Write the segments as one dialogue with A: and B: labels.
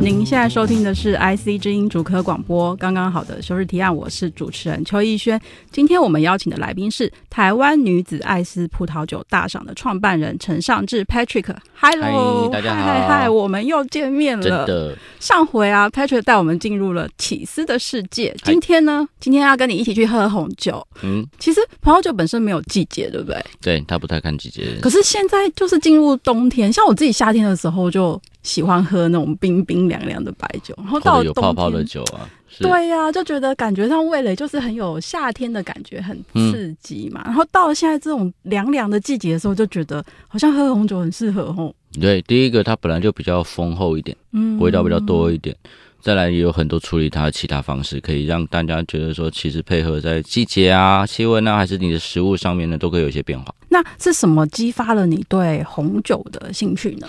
A: 您现在收听的是 IC 之音主科广播，刚刚好的休日提案，我是主持人邱逸轩。今天我们邀请的来宾是台湾女子艾斯葡萄酒大赏的创办人陈尚志 Patrick。Hello，
B: 嗨大家好
A: 嗨嗨，我们又见面
B: 真
A: 了。
B: 的，
A: 上回啊，Patrick 带我们进入了起司的世界。
B: 嗨
A: 今天呢，今天要跟你一起去喝红酒。
B: 嗯，
A: 其实葡萄酒本身没有季节，对不对？
B: 对他不太看季节，
A: 可是现在就是进入冬天，像我自己夏天的时候就喜欢喝那种冰冰凉凉的白酒，然后
B: 或
A: 到
B: 者
A: 了
B: 有
A: 冬
B: 泡泡的
A: 天，
B: 酒啊，是，
A: 对呀、就觉得感觉上味蕾就是很有夏天的感觉，很刺激嘛。然后到了现在这种凉凉的季节的时候，就觉得好像喝红酒很适合哦。
B: 对，第一个它本来就比较丰厚一点，
A: 嗯，
B: 味道比较多一点，再来也有很多处理它的其他方式，可以让大家觉得说，其实配合在季节啊、气温啊，还是你的食物上面呢，都可以有一些变化。
A: 那是什么激发了你对红酒的兴趣呢？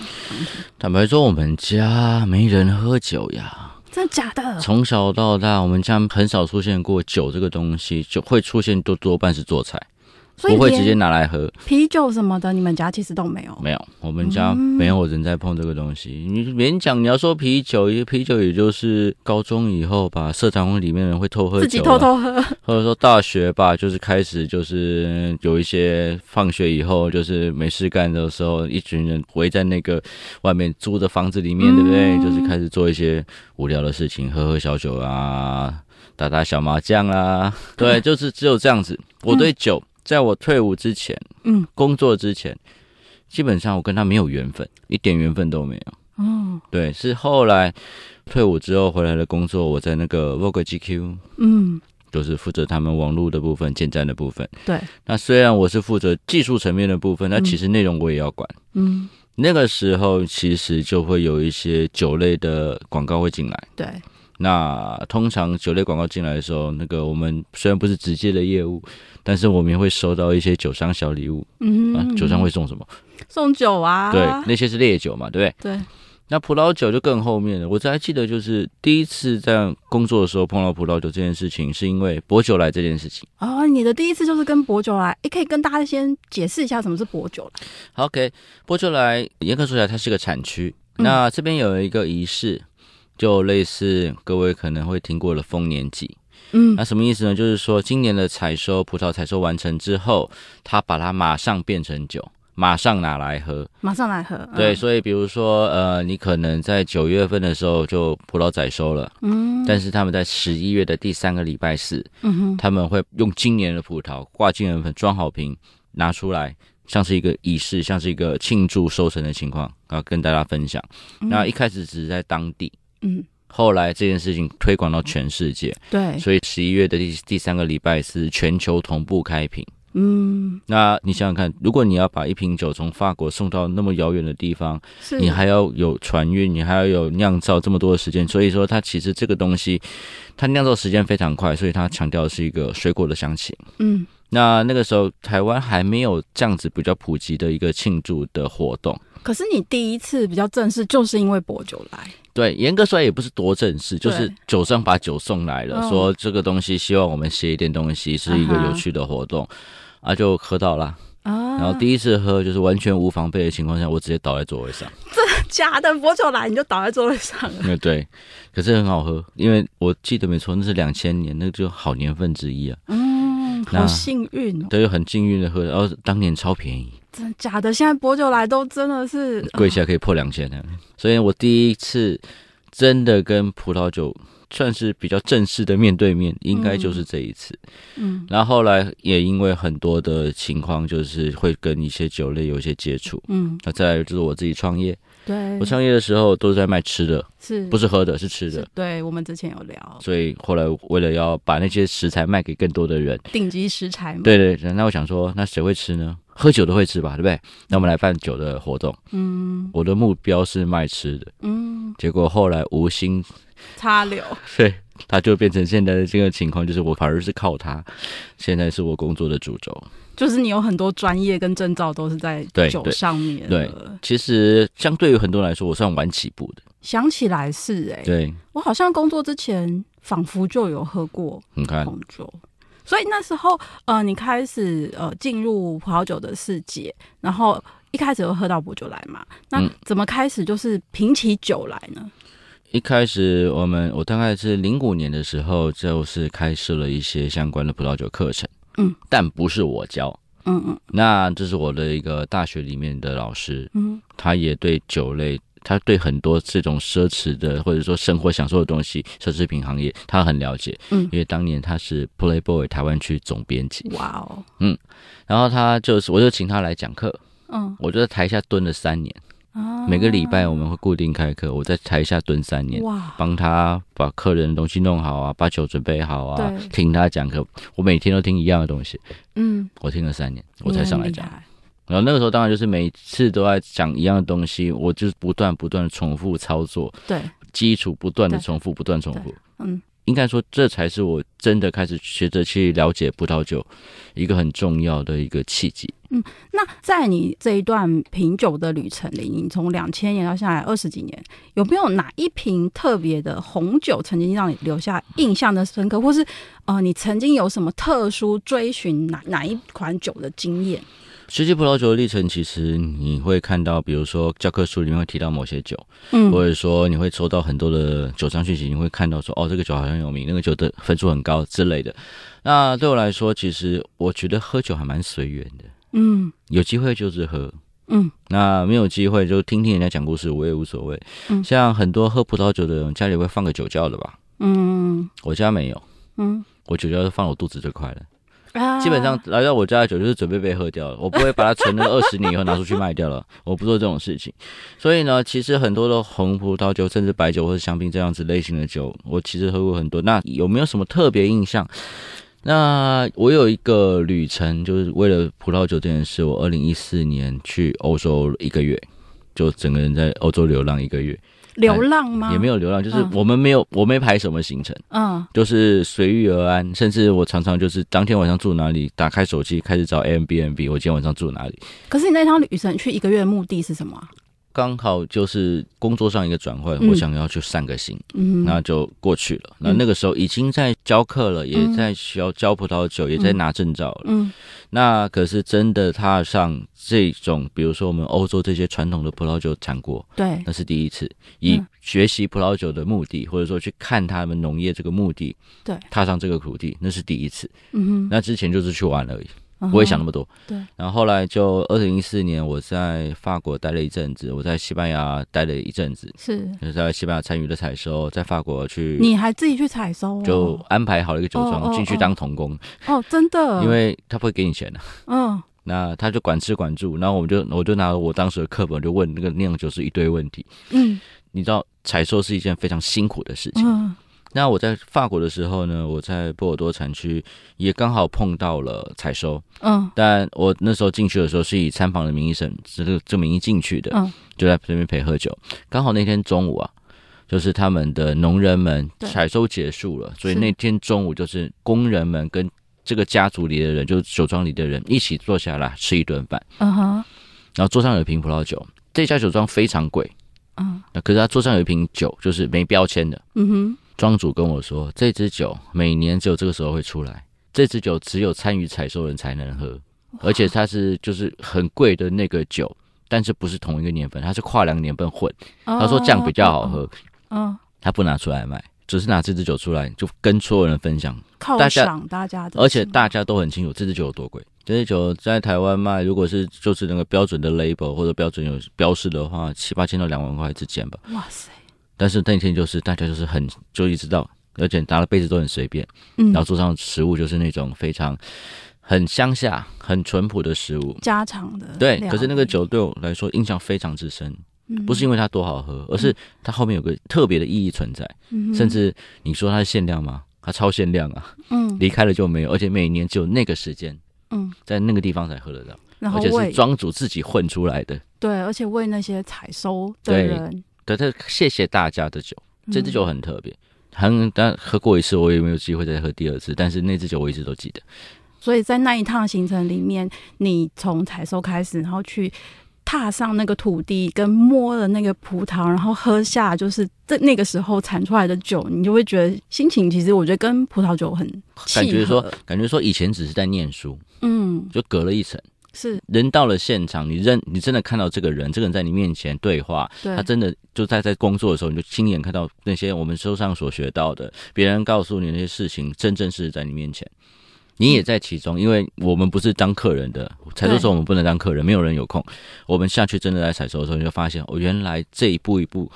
B: 坦白说，我们家没人喝酒呀。
A: 真的假的？
B: 从小到大，我们家很少出现过酒这个东西，就会出现多多半是做菜，
A: 所以
B: 不会
A: 连
B: 直接拿来喝。
A: 啤酒什么的，你们家其实都没有。
B: 没有，我们家没有人在碰这个东西。你勉强你要说啤酒，也啤酒也就是高中以后吧，社团会里面的人会偷喝酒啊，
A: 自己偷偷喝，
B: 或者说大学吧，就是开始就是有一些放学以后，就是没事干的时候，一群人围在那个外面租的房子里面，对不对？
A: 嗯
B: 就是开始做一些无聊的事情，喝喝小酒啊，打打小麻将啊， 对，就是只有这样子。我对酒，在我退伍之前，
A: 嗯，
B: 工作之前，基本上我跟他没有缘分，一点缘分都没有。
A: 哦，
B: 对，是后来退伍之后回来的工作，我在那个 Vogue GQ。
A: 嗯，
B: 就是负责他们网络的部分、建站的部分。
A: 对，
B: 那虽然我是负责技术层面的部分，那其实内容我也要管。
A: 嗯，
B: 那个时候其实就会有一些酒类的广告会进来。
A: 对，
B: 那通常酒类广告进来的时候，那个我们虽然不是直接的业务，但是我们也会收到一些酒商小礼物。啊
A: 嗯，，
B: 酒商会送什么？
A: 送酒啊，
B: 对，那些是烈酒嘛，对不对？
A: 对，
B: 那葡萄酒就更后面了。我还记得，就是第一次在工作的时候碰到葡萄酒这件事情，是因为薄酒来这件事情。
A: 哦，你的第一次就是跟薄酒来，也可以跟大家先解释一下什么是薄酒来。
B: OK，波丘莱严格说起来，它是个产区。
A: 嗯
B: 那这边有一个仪式，就类似各位可能会听过的丰年祭。
A: 嗯
B: 那什么意思呢？就是说今年的采收葡萄采收完成之后，它把它马上变成酒，马上拿来喝。
A: 马上来喝。
B: 对，
A: 嗯
B: 所以比如说，呃，你可能在九月份的时候就葡萄采收了，嗯，但是他们在十一月的第三个礼拜四，
A: 嗯哼，
B: 他们会用今年的葡萄挂金人粉装好瓶拿出来，像是一个仪式，像是一个庆祝收成的情况啊，跟大家分享。那一开始只是在当地，
A: 嗯，
B: 后来这件事情推广到全世界，
A: 对，
B: 所以十一月的第第三个礼拜是全球同步开瓶。
A: 嗯，
B: 那你想想看，如果你要把一瓶酒从法国送到那么遥远的地方，
A: 是
B: 你还要有船运，你还要有酿造这么多的时间，所以说它其实这个东西，它酿造时间非常快，所以它强调的是一个水果的香气。
A: 嗯
B: 那那个时候台湾还没有这样子比较普及的一个庆祝的活动。
A: 可是你第一次比较正式，就是因为薄酒来。
B: 对，严格说来也不是多正式，
A: 对
B: 就是酒商把酒送来了，
A: 嗯
B: 说这个东西希望我们写一点东西，是一个
A: 啊哈
B: 有趣的活动，啊，就喝到啦。
A: 啊，
B: 然后第一次喝就是完全无防备的情况下，我直接倒在座 位上。
A: 假的薄酒来，你就倒在座位上了。
B: 嗯，对，可是很好喝，因为我记得没错，那是两千年，那就好年份之一啊，
A: 嗯，好
B: 那
A: 幸运哦，
B: 对，就很幸运的喝，然后当年超便宜，
A: 真的假的？现在薄酒来都真的是
B: 贵起来可以破两千呢。所以我第一次真的跟葡萄酒算是比较正式的面对面，应该就是这一次。
A: 嗯
B: 然后后来也因为很多的情况，就是会跟一些酒类有一些接触。
A: 嗯，
B: 那再来就是我自己创业，
A: 对
B: 我，创业的时候都是在卖吃的，
A: 是
B: 不是喝的，是吃
A: 是
B: 的。
A: 对，我们之前有聊
B: 所以后来为了要把那些食材卖给更多的人，
A: 顶级食材嘛。
B: 对对，对那我想说，那谁会吃呢？喝酒的会吃吧，对不对？那我们来办酒的活动。
A: 嗯
B: 我的目标是卖吃的，
A: 嗯，
B: 结果后来无心
A: 插柳。
B: 对，他就变成现在的这个情况，就是我反而是靠他，现在是我工作的主轴。
A: 就是你有很多专业跟证照都是在
B: 对
A: 酒
B: 对
A: 上面
B: 对
A: 了
B: 其实相对于很多人来说，我算晚起步的。
A: 想起来是哎、
B: 对，
A: 我好像工作之前仿佛就有喝过
B: 你看，
A: 红酒，所以那时候呃，你开始呃进入葡萄酒的世界，然后一开始就喝到薄酒来嘛，那
B: 嗯
A: 怎么开始就是品起酒来呢？
B: 一开始我们我大概是零五年的时候，就是开设了一些相关的葡萄酒课程，
A: 嗯，
B: 但不是我教，
A: 嗯嗯
B: 那这是我的一个大学里面的老师，
A: 嗯，
B: 他也对酒类。他对很多这种奢侈的，或者说生活享受的东西，奢侈品行业，他很了解。
A: 嗯
B: 因为当年他是 Playboy 台湾区总编辑，
A: 哇哦，
B: 然后他就是，我就请他来讲课，
A: 嗯
B: 我就在台下蹲了三年，
A: 啊，
B: 每个礼拜我们会固定开课，我在台下蹲三年，
A: 哇，
B: 帮他把客人的东西弄好啊，把酒准备好啊
A: 对，
B: 听他讲课。我每天都听一样的东西，
A: 嗯，
B: 我听了三年，我才上来讲
A: 你很厉。害，
B: 然后那个时候当然就是每次都在讲一样的东西，我就是不断不断的重复操作，
A: 对，
B: 基础不断的
A: 对
B: 重复，不断重复。
A: 嗯
B: 应该说，这才是我真的开始学着去了解葡萄酒一个很重要的一个契机。
A: 那在你这一段品酒的旅程里，你从两千年到现在二十几年，有没有哪一瓶特别的红酒曾经让你留下印象的深刻，或是呃，你曾经有什么特殊追寻哪哪一款酒的经验？
B: 学习葡萄酒的历程，其实你会看到，比如说教科书里面会提到某些酒，
A: 嗯
B: 或者说你会收到很多的酒商讯息，你会看到说，哦，这个酒好像有名，那个酒的分数很高之类的。那对我来说，其实我觉得喝酒还蛮随缘的，
A: 嗯
B: 有机会就是喝，
A: 嗯
B: 那没有机会就听听人家讲故事，我也无所谓。
A: 嗯
B: 像很多喝葡萄酒的人，家里会放个酒窖的吧？
A: 嗯
B: 我家没有，
A: 嗯，
B: 我酒窖是放我肚子最快的。
A: 啊
B: 基本上来到我家的酒就是准备被喝掉了，我不会把它存了二十年以后拿出去卖掉了，我不做这种事情。所以呢，其实很多的红葡萄酒，甚至白酒或者香槟这样子类型的酒，我其实喝过很多。那有没有什么特别印象？那我有一个旅程，就是为了葡萄酒这件事，我二零一四年去欧洲一个月，就整个人在欧洲流浪一个月，
A: 流浪吗？
B: 也没
A: 有，
B: 有流浪，就是
A: 嗯
B: 我们没有，我没排什么行程。
A: 嗯
B: 就是随遇而安，甚至我常常就是当天晚上住哪里，打开手机开始找 a m b n b 我今天晚上住哪里，
A: 可是你那趟旅程去一个月的目的是什么啊、
B: 刚好就是工作上一个转换，
A: 嗯
B: 我想要去散个心，
A: 嗯，
B: 那就过去了。那那个时候已经在教课了，也在学教葡萄酒，也在拿证照了。
A: 嗯
B: 那可是真的踏上这种，比如说我们欧洲这些传统的葡萄酒产国，
A: 对，
B: 那是第一次，以
A: 嗯
B: 学习葡萄酒的目的，或者说去看他们农业这个目的，
A: 对
B: 踏上这个土地，那是第一次。
A: 嗯
B: 那之前就是去玩而已。
A: 哼，
B: 不会想那么多。
A: 嗯对，
B: 然后后来就二零一四年，我在法国待了一阵子，我在西班牙待了一阵子，
A: 是，
B: 就是在西班牙参与了采收，在法国去
A: 你还自己去采收、哦，
B: 就安排好了一个酒
A: 哦哦
B: 庄进去当童工，
A: 哦，真的，
B: 因为他不会给你钱的、啊
A: 嗯。
B: 那他就管吃管住，然后我们就我就拿我当时的课本就问那个酿酒师一堆问题，
A: 嗯
B: 你知道采收是一件非常辛苦的事情。
A: 嗯
B: 那我在法国的时候呢，我在波尔多产区也刚好碰到了采收，
A: 嗯
B: 但我那时候进去的时候是以参访的名义审这个这名义进去的，
A: 嗯
B: 就在这边陪喝酒。刚好那天中午啊，就是他们的农人们
A: 对
B: 采收结束了，所以
A: 是
B: 那天中午就是工人们跟这个家族里的人，就是酒庄里的人一起坐下来吃一顿饭，
A: 嗯哼
B: 然后桌上有一瓶葡萄酒。这家酒庄非常贵，
A: 嗯
B: 那可是他桌上有一瓶酒，就是没标签的。
A: 嗯哼，
B: 庄主跟我说，这支酒每年只有这个时候会出来，这支酒只有参与采收人才能喝，而且它是就是很贵的那个酒，但是不是同一个年份，它是跨两个年份混。他
A: 他
B: 说这样比较好喝，，
A: 嗯，
B: 他不拿出来卖，只是拿这支酒出来就跟所有人分享，
A: 犒
B: 大家
A: 赏大家的心，
B: 而且大家都很清楚这支酒有多贵。这支酒在台湾卖，如果是就是那个标准的 label 或者标准有标示的话，七八千到两万块之间吧。
A: 哇塞，
B: 但是那天就是大家就是很就一直到，而且拿的杯子都很随便。
A: 嗯
B: 然后，桌上的食物就是那种非常很乡下、很淳朴的食物。
A: 家常的
B: 对，
A: 料
B: 可是那个
A: 理
B: 酒对我来说印象非常之深，不是
A: 嗯
B: 因为它多好喝，而是它后面有个特别的意义存在。
A: 嗯哼
B: 甚至你说它是限量吗？它超限量啊，
A: 嗯
B: 离开了就没有，而且每年只有那个时间，
A: 嗯，
B: 在那个地方才喝得到，
A: 然后
B: 而且是
A: 为
B: 庄主自己混出来的。
A: 对，而且为那些采收的
B: 对
A: 人，
B: 对，他谢谢大家的酒，
A: 嗯
B: 这支酒很特别。很，但喝过一次，我也没有机会再喝第二次。但是那支酒我一直都记得。
A: 所以在那一趟行程里面，你从采收开始，然后去踏上那个土地，跟摸了那个葡萄，然后喝下，就是在那个时候产出来的酒，你就会觉得心情其实我觉得跟葡萄酒很契合
B: 感觉说，感觉说以前只是在念书，
A: 嗯，
B: 就隔了一层。
A: 是
B: 人到了现场，你认你真的看到这个人，这个人在你面前对话，
A: 对
B: 他，真的就在在工作的时候，你就亲眼看到那些我们书上所学到的，别人告诉你那些事情，真正是在你面前。你也在其中，因为我们不是当客人的，采收时候我们不能当客人，没有人有空。我们下去真的来采收的时候，你就发现哦，原来这一步一步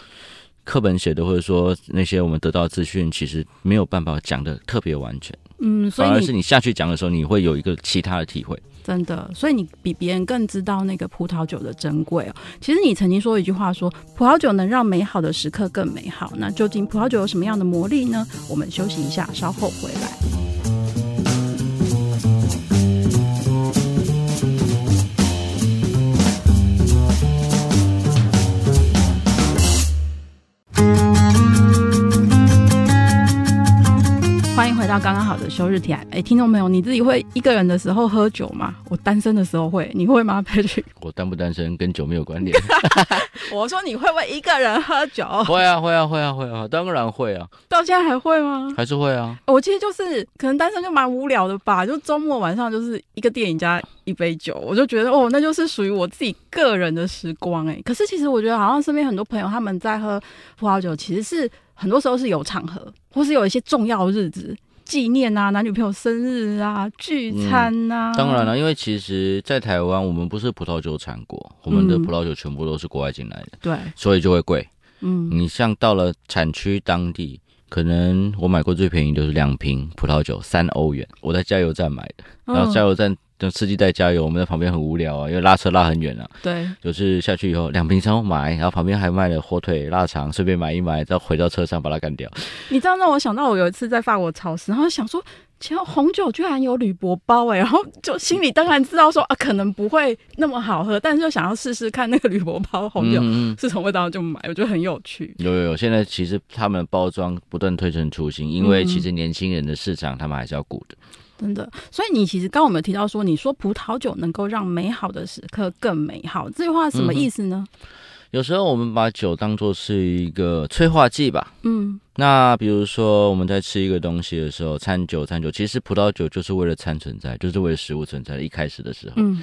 B: 课本写的，或者说那些我们得到的资讯，其实没有办法讲的特别完全，
A: 嗯，所
B: 反而
A: 以
B: 是
A: 你
B: 你下去讲的时候，你会有一个其他的体会。
A: 真的，所以你比别人更知道那个葡萄酒的珍贵哦。其实你曾经说一句话说，葡萄酒能让美好的时刻更美好。那究竟葡萄酒有什么样的魔力呢？我们休息一下，稍后回来。欢迎回到刚刚好的休日体验。哎，听众朋友，你自己会一个人的时候喝酒吗？我单身的时候会，你会吗，Patrick？
B: 我单不单身跟酒没 有关联。
A: 我说你会不会一个人喝酒？
B: 会啊，会啊，会啊，会啊，当然会啊，
A: 到现在还会吗？
B: 还是会啊。
A: 我其实就是可能单身就蛮无聊的吧，就周末晚上就是一个电影加一杯酒，我就觉得哦，那就是属于我自己个人的时光哎、可是其实我觉得好像身边很多朋友他们在喝葡萄酒，其实是很多时候是有场合，或是有一些重要日子。纪念啊，男女朋友生日啊，聚餐啊，
B: 嗯当然了，因为其实，在台湾我们不是葡萄酒产国，我们的
A: 嗯
B: 葡萄酒全部都是国外进来的，
A: 对，
B: 所以就会贵。
A: 嗯，
B: 你像到了产区当地，可能我买过最便宜就是两瓶葡萄酒三欧元，我在加油站买的，然后加
A: 嗯、
B: 油站。的司机在加油，我们在旁边很无聊啊，因为拉车拉很远啊。
A: 对，
B: 就是下去以后，两瓶三欧买，然后旁边还卖了火腿、腊肠，顺便买一买，再回到车上把它干掉。
A: 你这样让我想到，我有一次在法国超市，然后想说，其实红酒居然有铝箔包哎、然后就心里当然知道说啊，可能不会那么好喝，但是就想要试试看那个铝箔包红酒
B: 嗯嗯
A: 是什么味道，就买，我觉得很有趣。
B: 有有有，现在其实他们包装不断推陈出新，因为
A: 嗯
B: 其实年轻人的市场他们还是要顾的。
A: 真的，所以你其实刚刚我们有提到说，你说葡萄酒能够让美好的时刻更美好，这句话什么意思呢？
B: 有时候我们把酒当做是一个催化剂吧。
A: 嗯
B: 那比如说我们在吃一个东西的时候，餐酒餐酒，其实葡萄酒就是为了餐存在，就是为了食物存在的。一开始的时候，
A: 嗯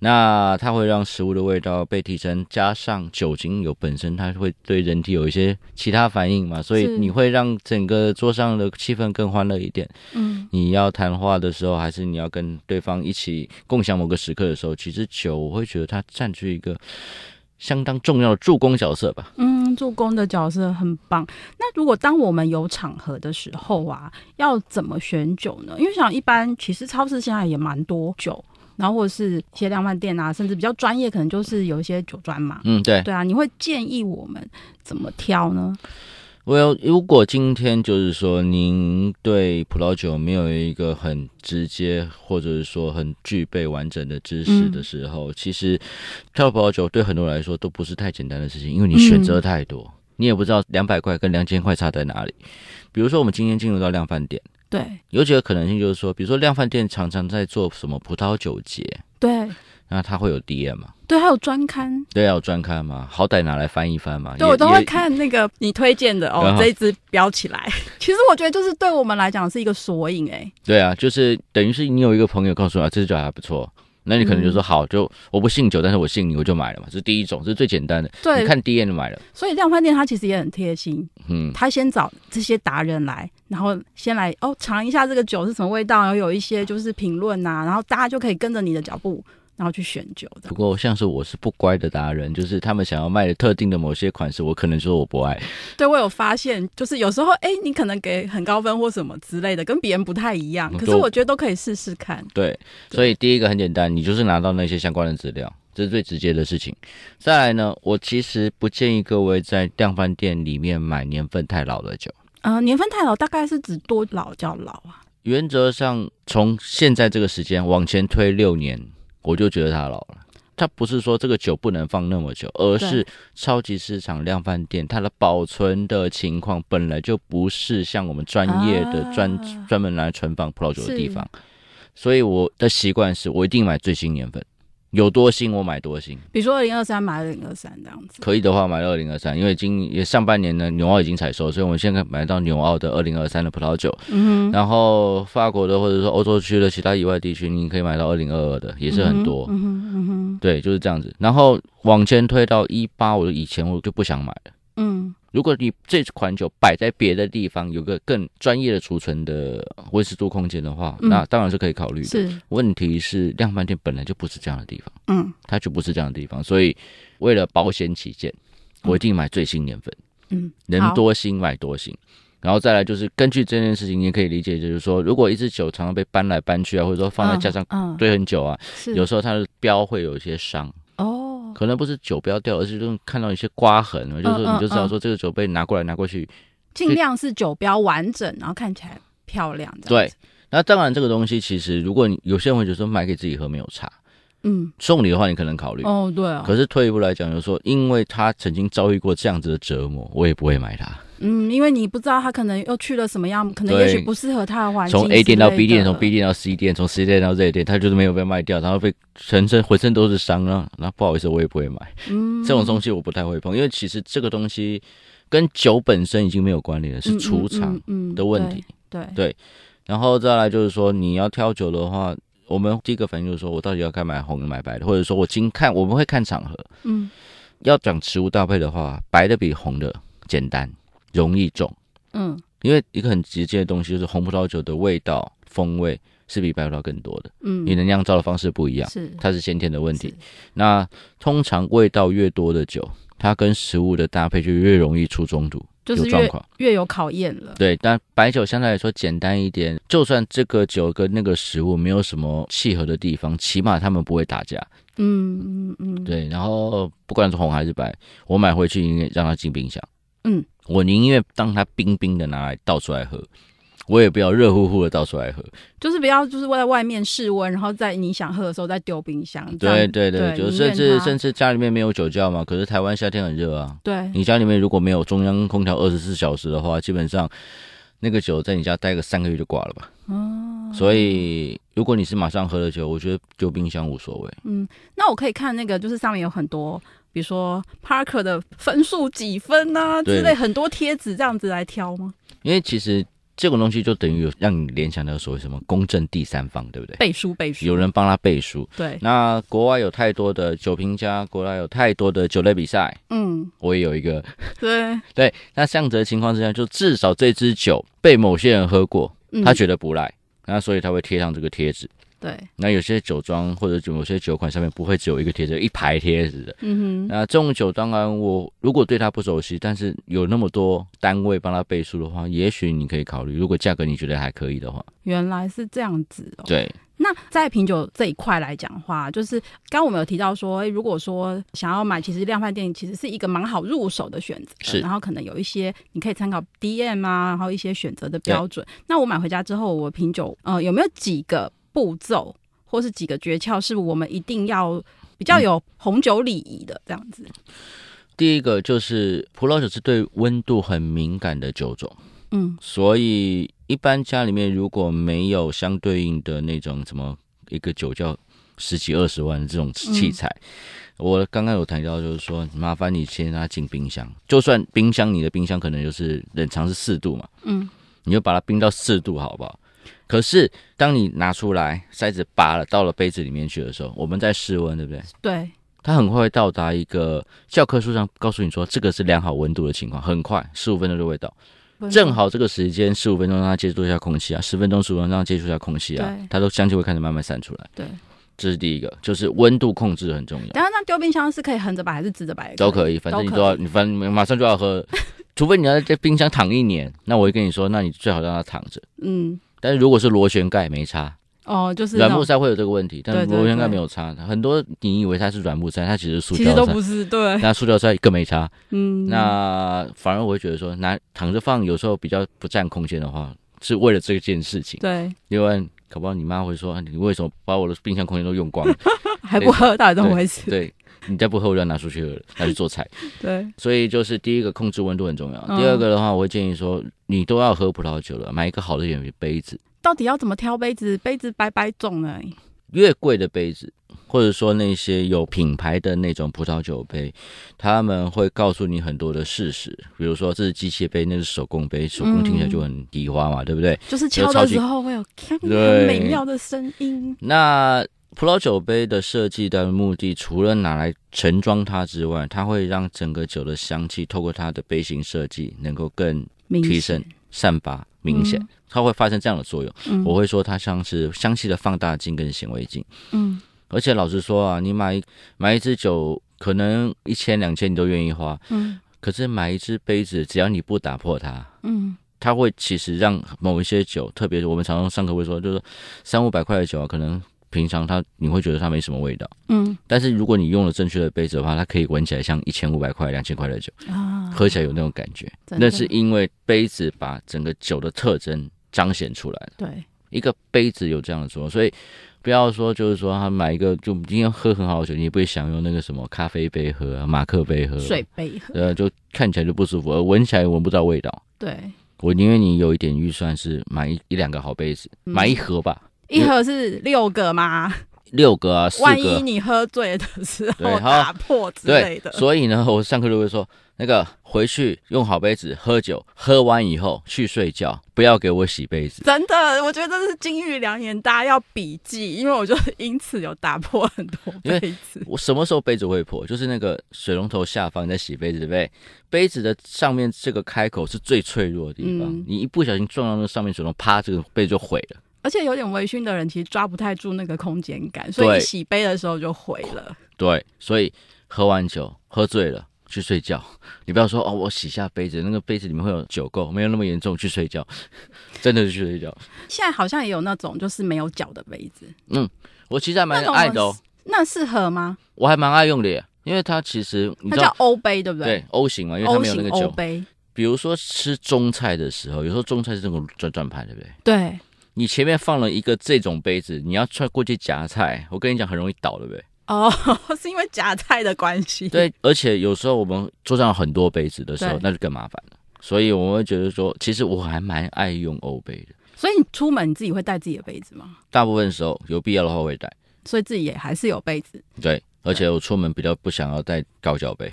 B: 那它会让食物的味道被提升，加上酒精有本身它会对人体有一些其他反应嘛，所以
A: 是
B: 你会让整个桌上的气氛更欢乐一点。
A: 嗯，
B: 你要谈话的时候，还是你要跟对方一起共享某个时刻的时候，其实酒我会觉得它占据一个相当重要的助攻角色吧。
A: 嗯，助攻的角色很棒。那如果当我们有场合的时候啊，要怎么选酒呢？因为想一般其实超市现在也蛮多酒，然后或者是一些量贩店啊，甚至比较专业，可能就是有一些酒专嘛。
B: 嗯，对。
A: 对啊，你会建议我们怎么挑呢？
B: 我有，如果今天就是说您对葡萄酒没有一个很直接，或者是说很具备完整的知
A: 嗯
B: 识的时候，其实挑葡萄酒对很多人来说都不是太简单的事情，因为你选择太
A: 嗯
B: 多，你也不知道两百块跟两千块差在哪里。比如说，我们今天进入到量贩店。
A: 对
B: 有几个可能性，就是说，比如说量贩店常常在做什么葡萄酒节，
A: 对
B: 那它会有 DM 嘛，
A: 对，还有专刊，
B: 对，要有专刊嘛，好歹拿来翻一翻嘛。
A: 对
B: 也
A: 我都会。
B: 也
A: 看那个你推荐的
B: 然
A: 哦，
B: 后
A: 这一支标起来。其实我觉得就是对我们来讲是一个索引、欸，
B: 对啊，就是等于是你有一个朋友告诉你啊，这支酒还不错，那你可能就说、好，就我不信酒，但是我信你，我就买了嘛，这是第一种，这是最简单的。
A: 对
B: 你看 DM 就买了，
A: 所以量贩店它其实也很贴心，
B: 嗯，
A: 他先找这些达人来，然后先来哦尝一下这个酒是什么味道，然后有一些就是评论呐、然后大家就可以跟着你的脚步，然后去选酒的
B: 不。过像是我是不乖的达人，就是他们想要卖的特定的某些款式，我可能说我不爱，
A: 对我有发现，就是有时候哎，你可能给很高分或什么之类的，跟别人不太一样，
B: 嗯
A: 可是
B: 都
A: 我觉得都可以试试看。
B: 对，所以第一个很简单，你就是拿到那些相关的资料，这是最直接的事情。再来呢，我其实不建议各位在量贩店里面买年份太老的酒。
A: 呃，年份太老大概是指多老叫老啊？
B: 原则上，从现在这个时间往前推六年，我就觉得它老了。它不是说这个酒不能放那么久，而是超级市场量贩店它的保存的情况本来就不是像我们专业的
A: 啊
B: 专、专门来存放葡萄酒的地
A: 是
B: 方，所以我的习惯是我一定买最新年份，有多新我买多新。
A: 比如说二零二三买二零二三这样子，
B: 可以的话，买二零二三，因为今也上半年呢，牛澳已经采收，所以我们现在买到牛澳的二零二三的葡萄酒。
A: 嗯哼，
B: 然后法国的或者说欧洲区的其他以外地区，你可以买到二零二二的，也是很多。
A: 嗯哼，嗯哼，
B: 对，就是这样子。然后往前推到一八，我以前我就不想买了。
A: 嗯
B: 如果你这款酒摆在别的地方，有个更专业的储存的温湿度空间的话，
A: 嗯
B: 那当然是可以考虑
A: 嗯，
B: 的。
A: 是，
B: 问题是量贩店本来就不是这样的地方，
A: 嗯
B: 它就不是这样的地方，所以为了保险起见，我一定买最新年份。
A: 嗯，
B: 能
A: 好，
B: 多新买多新。然后再来就是根据这件事情，你也可以理解，就是说，如果一支酒常常被搬来搬去啊，或者说放在架上
A: 嗯，嗯，
B: 堆很久啊，
A: 是
B: 有时候它的标会有一些伤，
A: 哦，
B: 可能不是酒标掉，而是就是看到一些刮痕，就是说你就知道
A: 嗯
B: 说这个酒被拿过来拿过去。
A: 尽量是酒标完整，然后看起来漂亮，这样
B: 对
A: 子，，
B: 那当然这个东西其实，如果你有些人会觉得说买给自己喝没有差，
A: 嗯，
B: 送礼的话你可能考虑，
A: 哦，对哦，
B: 可是退一步来讲，就是说，因为他曾经遭遇过这样子的折磨，我也不会买它。
A: 嗯，因为你不知道他可能又去了什么样，可能也许
B: 对
A: 不适合他的环境之
B: 从
A: 类的，
B: A 店到 B 店，从 B 店到 C 店，从 C 店到 Z 店，他就是没有被卖掉，然后被全身浑身都是伤了。那不好意思，我也不会买
A: 嗯，
B: 这种东西，我不太会碰，因为其实这个东西跟酒本身已经没有关联了，是
A: 嗯
B: 储藏
A: 嗯嗯嗯
B: 的问题。
A: 对，对
B: 对然后再来就是说，你要挑酒的话，我们第一个反应就是说我到底要该买红的买白的，或者说我今看我们会看场合。
A: 嗯
B: 要讲食物搭配的话，白的比红的简单，容易种。
A: 嗯
B: 因为一个很直接的东西就是红葡萄酒的味道、风味是比白葡萄更多的，
A: 嗯，
B: 你能酿造的方式不一样，
A: 是
B: 它是先天的问题
A: 是。
B: 那通常味道越多的酒，它跟食物的搭配就越容易出中毒，
A: 就是
B: 有状
A: 越
B: 况。
A: 越有考验了，
B: 对，但白酒相对来说简单一点，就算这个酒跟那个食物没有什么契合的地方，起码他们不会打架。
A: 嗯嗯嗯，
B: 对，然后不管是红还是白，我买回去应该让它进冰箱。
A: 嗯，
B: 我宁愿当它冰冰的拿来倒出来喝，我也不要热乎乎的倒出来喝。
A: 就是不要就是在外面室温，然后在你想喝的时候再丢冰箱，这
B: 对
A: 样
B: 对对，
A: 对
B: 就
A: 宁
B: 甚
A: 愿
B: 至
A: 它
B: 甚至家里面没有酒窖嘛，可是台湾夏天很热啊。
A: 对，
B: 你家里面如果没有中央空调二十四小时的话，基本上那个酒在你家待个三个月就挂了吧。
A: 哦，
B: 所以如果你是马上喝的酒，我觉得丢冰箱无所谓。
A: 嗯，那我可以看那个，就是上面有很多，比如说 Parker 的分数几分啊
B: 对
A: 之类，很多贴纸这样子来挑吗？
B: 因为其实这种东西就等于有让你联想到所谓什么公正第三方，对不对？
A: 背书背书，
B: 哎有人帮他背书。
A: 对，
B: 那国外有太多的酒评家，国外有太多的酒类比赛，
A: 嗯，
B: 我也有一个。
A: 对，
B: 对，那这样子的情况之下，就至少这支酒被某些人喝过，
A: 嗯
B: 他觉得不赖，那所以他会贴上这个贴纸。
A: 对，
B: 那有些酒庄或者某些酒款上面不会只有一个贴纸，一排贴纸的。
A: 嗯哼，
B: 那这种酒，当然我如果对它不熟悉，但是有那么多单位帮他背书的话，也许你可以考虑。如果价格你觉得还可以的话，
A: 原来是这样子哦。
B: 对，
A: 那在品酒这一块来讲的话，就是刚刚我们有提到说，诶如果说想要买，其实量贩店其实是一个蛮好入手的选择，
B: 是
A: 然后可能有一些你可以参考 DM 啊，然后一些选择的标准。那我买回家之后，我品酒，呃，有没有几个步骤或是几个诀窍，是我们一定要比
B: 嗯
A: 较有红酒礼仪的这样子？
B: 第一个就是葡萄酒是对温度很敏感的酒种。
A: 嗯
B: 所以一般家里面如果没有相对应的那种什么一个酒窖十几二十万的这种器材，我刚刚有谈到就是说，麻烦你先让它进冰箱，就算冰箱你的冰箱可能就是冷藏是四度嘛，
A: 嗯，
B: 你就把它冰到四度好不好？可是当你拿出来塞子拔了到了杯子里面去的时候，我们在室温，对不对？
A: 对，
B: 它很快会到达一个教科书上告诉你说这个是良好温度的情况，很快十五分钟就会到。正好这个时间十五分钟让它接触一下空气啊，十分钟、十五分钟让它接触一下空气啊
A: 对，
B: 它都香气会开始慢慢散出来。
A: 对。
B: 这是第一个，就是温度控制很重要，
A: 然后那丢冰箱是可以横着摆还是直着摆？
B: 都可以，反正你都要，
A: 可以
B: 你反正马上就要喝，除非你要在冰箱躺一年，那我会跟你说，那你最好让它躺着。
A: 嗯
B: 但是如果是螺旋盖没差，
A: 哦，就是那
B: 软
A: 种
B: 木塞会有这个问题，但
A: 对
B: 是
A: 对
B: 螺旋盖
A: 对
B: 没有差。很多你以为它是软木塞，它其实是塑
A: 其实都
B: 胶塞
A: 不，是对，
B: 那塑胶塞更没差。
A: 嗯，
B: 那反而我会觉得说，拿躺着放有时候比较不占空间的话，是为了这件事情。
A: 对
B: 另外，搞不好你妈会说啊你为什么把我的冰箱空间都用光了？
A: 还不喝，到底怎么回事？
B: 对你再不喝，我就要拿出去喝了，拿去做菜。
A: 对，
B: 所以就是第一个控制温度很重要，
A: 嗯
B: 第二个的话，我会建议说，你都要喝葡萄酒了，买一个好一点的杯子，
A: 到底要怎么挑杯子？杯子白白重呢？
B: 越贵的杯子，或者说那些有品牌的那种葡萄酒杯，他们会告诉你很多的事实，比如说这是机械杯，那是手工杯，手工听起来就很低花嘛，对不对？
A: 就是敲的时候会有咔很
B: 对
A: 美妙的声音。
B: 那葡萄酒杯的设计的目的，除了拿来盛装它之外，它会让整个酒的香气透过它的杯型设计能够更
A: 明显
B: 提升、散发明显，
A: 嗯
B: 它会发生这样的作用。
A: 嗯
B: 我会说它像是香气的放大镜跟显微镜。
A: 嗯，
B: 而且老实说啊，你买一买一支酒，可能一千两千你都愿意花，
A: 嗯
B: 可是买一只杯子，只要你不打破它，
A: 嗯
B: 它会其实让某一些酒，特别是我们常常上课会说，就是说三五百块的酒啊，可能平常它你会觉得它没什么味道，
A: 嗯
B: 但是如果你用了正确的杯子的话，它可以闻起来像一千五百块、两千块的酒，
A: 啊，
B: 喝起来有那种感觉。
A: 真的
B: 那是因为杯子把整个酒的特征彰显出来了。
A: 对，
B: 一个杯子有这样的作用，所以不要说就是说他买一个就今天喝很好的酒，你也不会想用那个什么咖啡杯喝、啊、马克杯喝，
A: 水杯喝，
B: 呃，就看起来就不舒服，而闻起来也闻不到味道。
A: 对，
B: 我宁愿你有一点预算是买一一两个好杯子，
A: 嗯
B: 买一盒吧，
A: 一盒是六个嘛，
B: 六个啊，四
A: 万一
B: 个。
A: 你喝醉的时候
B: 对好
A: 打破之类
B: 对
A: 的，，
B: 所以呢，我上课就会说，那个回去用好杯子喝酒，喝完以后去睡觉，不要给我洗杯子。
A: 真的，我觉得这是金玉良言，大家要笔记，因为我就因此有打破很多杯子。
B: 我什么时候杯子会破？就是那个水龙头下方你在洗杯子，对不对？杯子的上面这个开口是最脆弱的地方，
A: 嗯
B: 你一不小心撞到那上面水龙头，啪，这个杯子就毁了。
A: 而且有点微醺的人其实抓不太住那个空间感，所以
B: 对
A: 一洗杯的时候就毁了。
B: 对，所以喝完酒喝醉了去睡觉，你不要说哦，我洗下杯子，那个杯子里面会有酒垢，没有那么严重，去睡觉， 真的就去睡觉。
A: 现在好像也有那种就是没有脚的杯子，
B: 我其实还蛮
A: 那种
B: 爱的哦，
A: 那适合吗？
B: 我还蛮爱用的耶，因为它其实你
A: 它
B: 知
A: 叫
B: 道。
A: 欧杯，对不
B: 对？O 型嘛，因为它
A: o
B: 没有那
A: 型
B: 个
A: 欧
B: 酒。
A: 杯，
B: 比如说吃中菜的时候，有时候中菜是这种转转盘，对不对？
A: 对，
B: 你前面放了一个这种杯子，你要穿过去夹菜，我跟你讲很容易倒，对不对？
A: 哦， 是因为夹菜的关系。，
B: 对，而且有时候我们桌上有很多杯子的时候
A: 对，
B: 那就更麻烦了。所以我会觉得说，其实我还蛮爱用欧杯的，
A: 所以你出门你自己会带自己的杯子吗？
B: 大部分时候有必要的话会带。
A: 所以自己也还是有杯子。
B: 对，而且我出门比较不想要带高脚杯，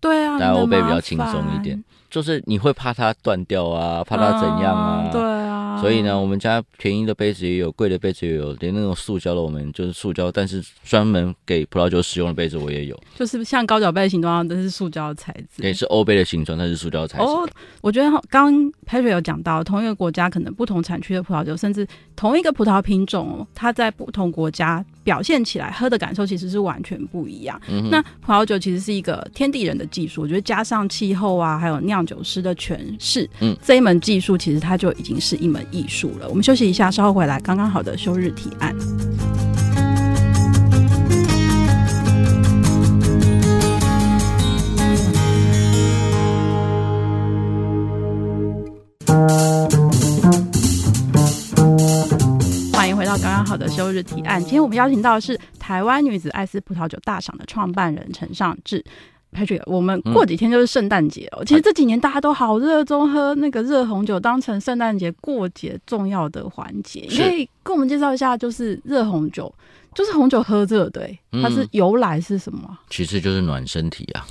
A: 对啊，
B: 带
A: 很
B: 欧杯比
A: 麻
B: 较轻松一点
A: 烦，，
B: 就是你会怕它断掉啊，怕它怎样啊。
A: 嗯对。啊，
B: 所以呢，我们家便宜的杯子也有，贵的杯子也有，连那种塑胶的，我们就是塑胶，但是专门给葡萄酒使用的杯子我也有。
A: 就是像高脚杯的形状，都是塑胶材质。
B: 也是欧杯的形状，它是塑胶材质。
A: 哦，我觉得刚刚 Patrick 有讲到，同一个国家可能不同产区的葡萄酒，甚至同一个葡萄品种，它在不同国家表现起来喝的感受其实是完全不一样。
B: 嗯哼
A: 那葡萄酒其实是一个天地人的技术，我觉得加上气候啊，还有酿酒师的诠释，
B: 嗯
A: 这一门技术其实它就已经是一门艺术了。我们休息一下，稍后回来，刚刚好的休日提案。欢迎回到刚刚好的休日提案。今天我们邀请到的是台湾女子艾斯葡萄酒大赏的创办人陈尚志。Patrick，我们
B: 嗯
A: 过几天就是圣诞节了。其实这几年大家都好热衷喝那个热红酒，当成圣诞节过节重要的环节。你
B: 是
A: 可以跟我们介绍一下，就是热红酒，就是红酒喝热的、欸
B: 嗯
A: 它是由来是什么啊？
B: 其次就是暖身体啊，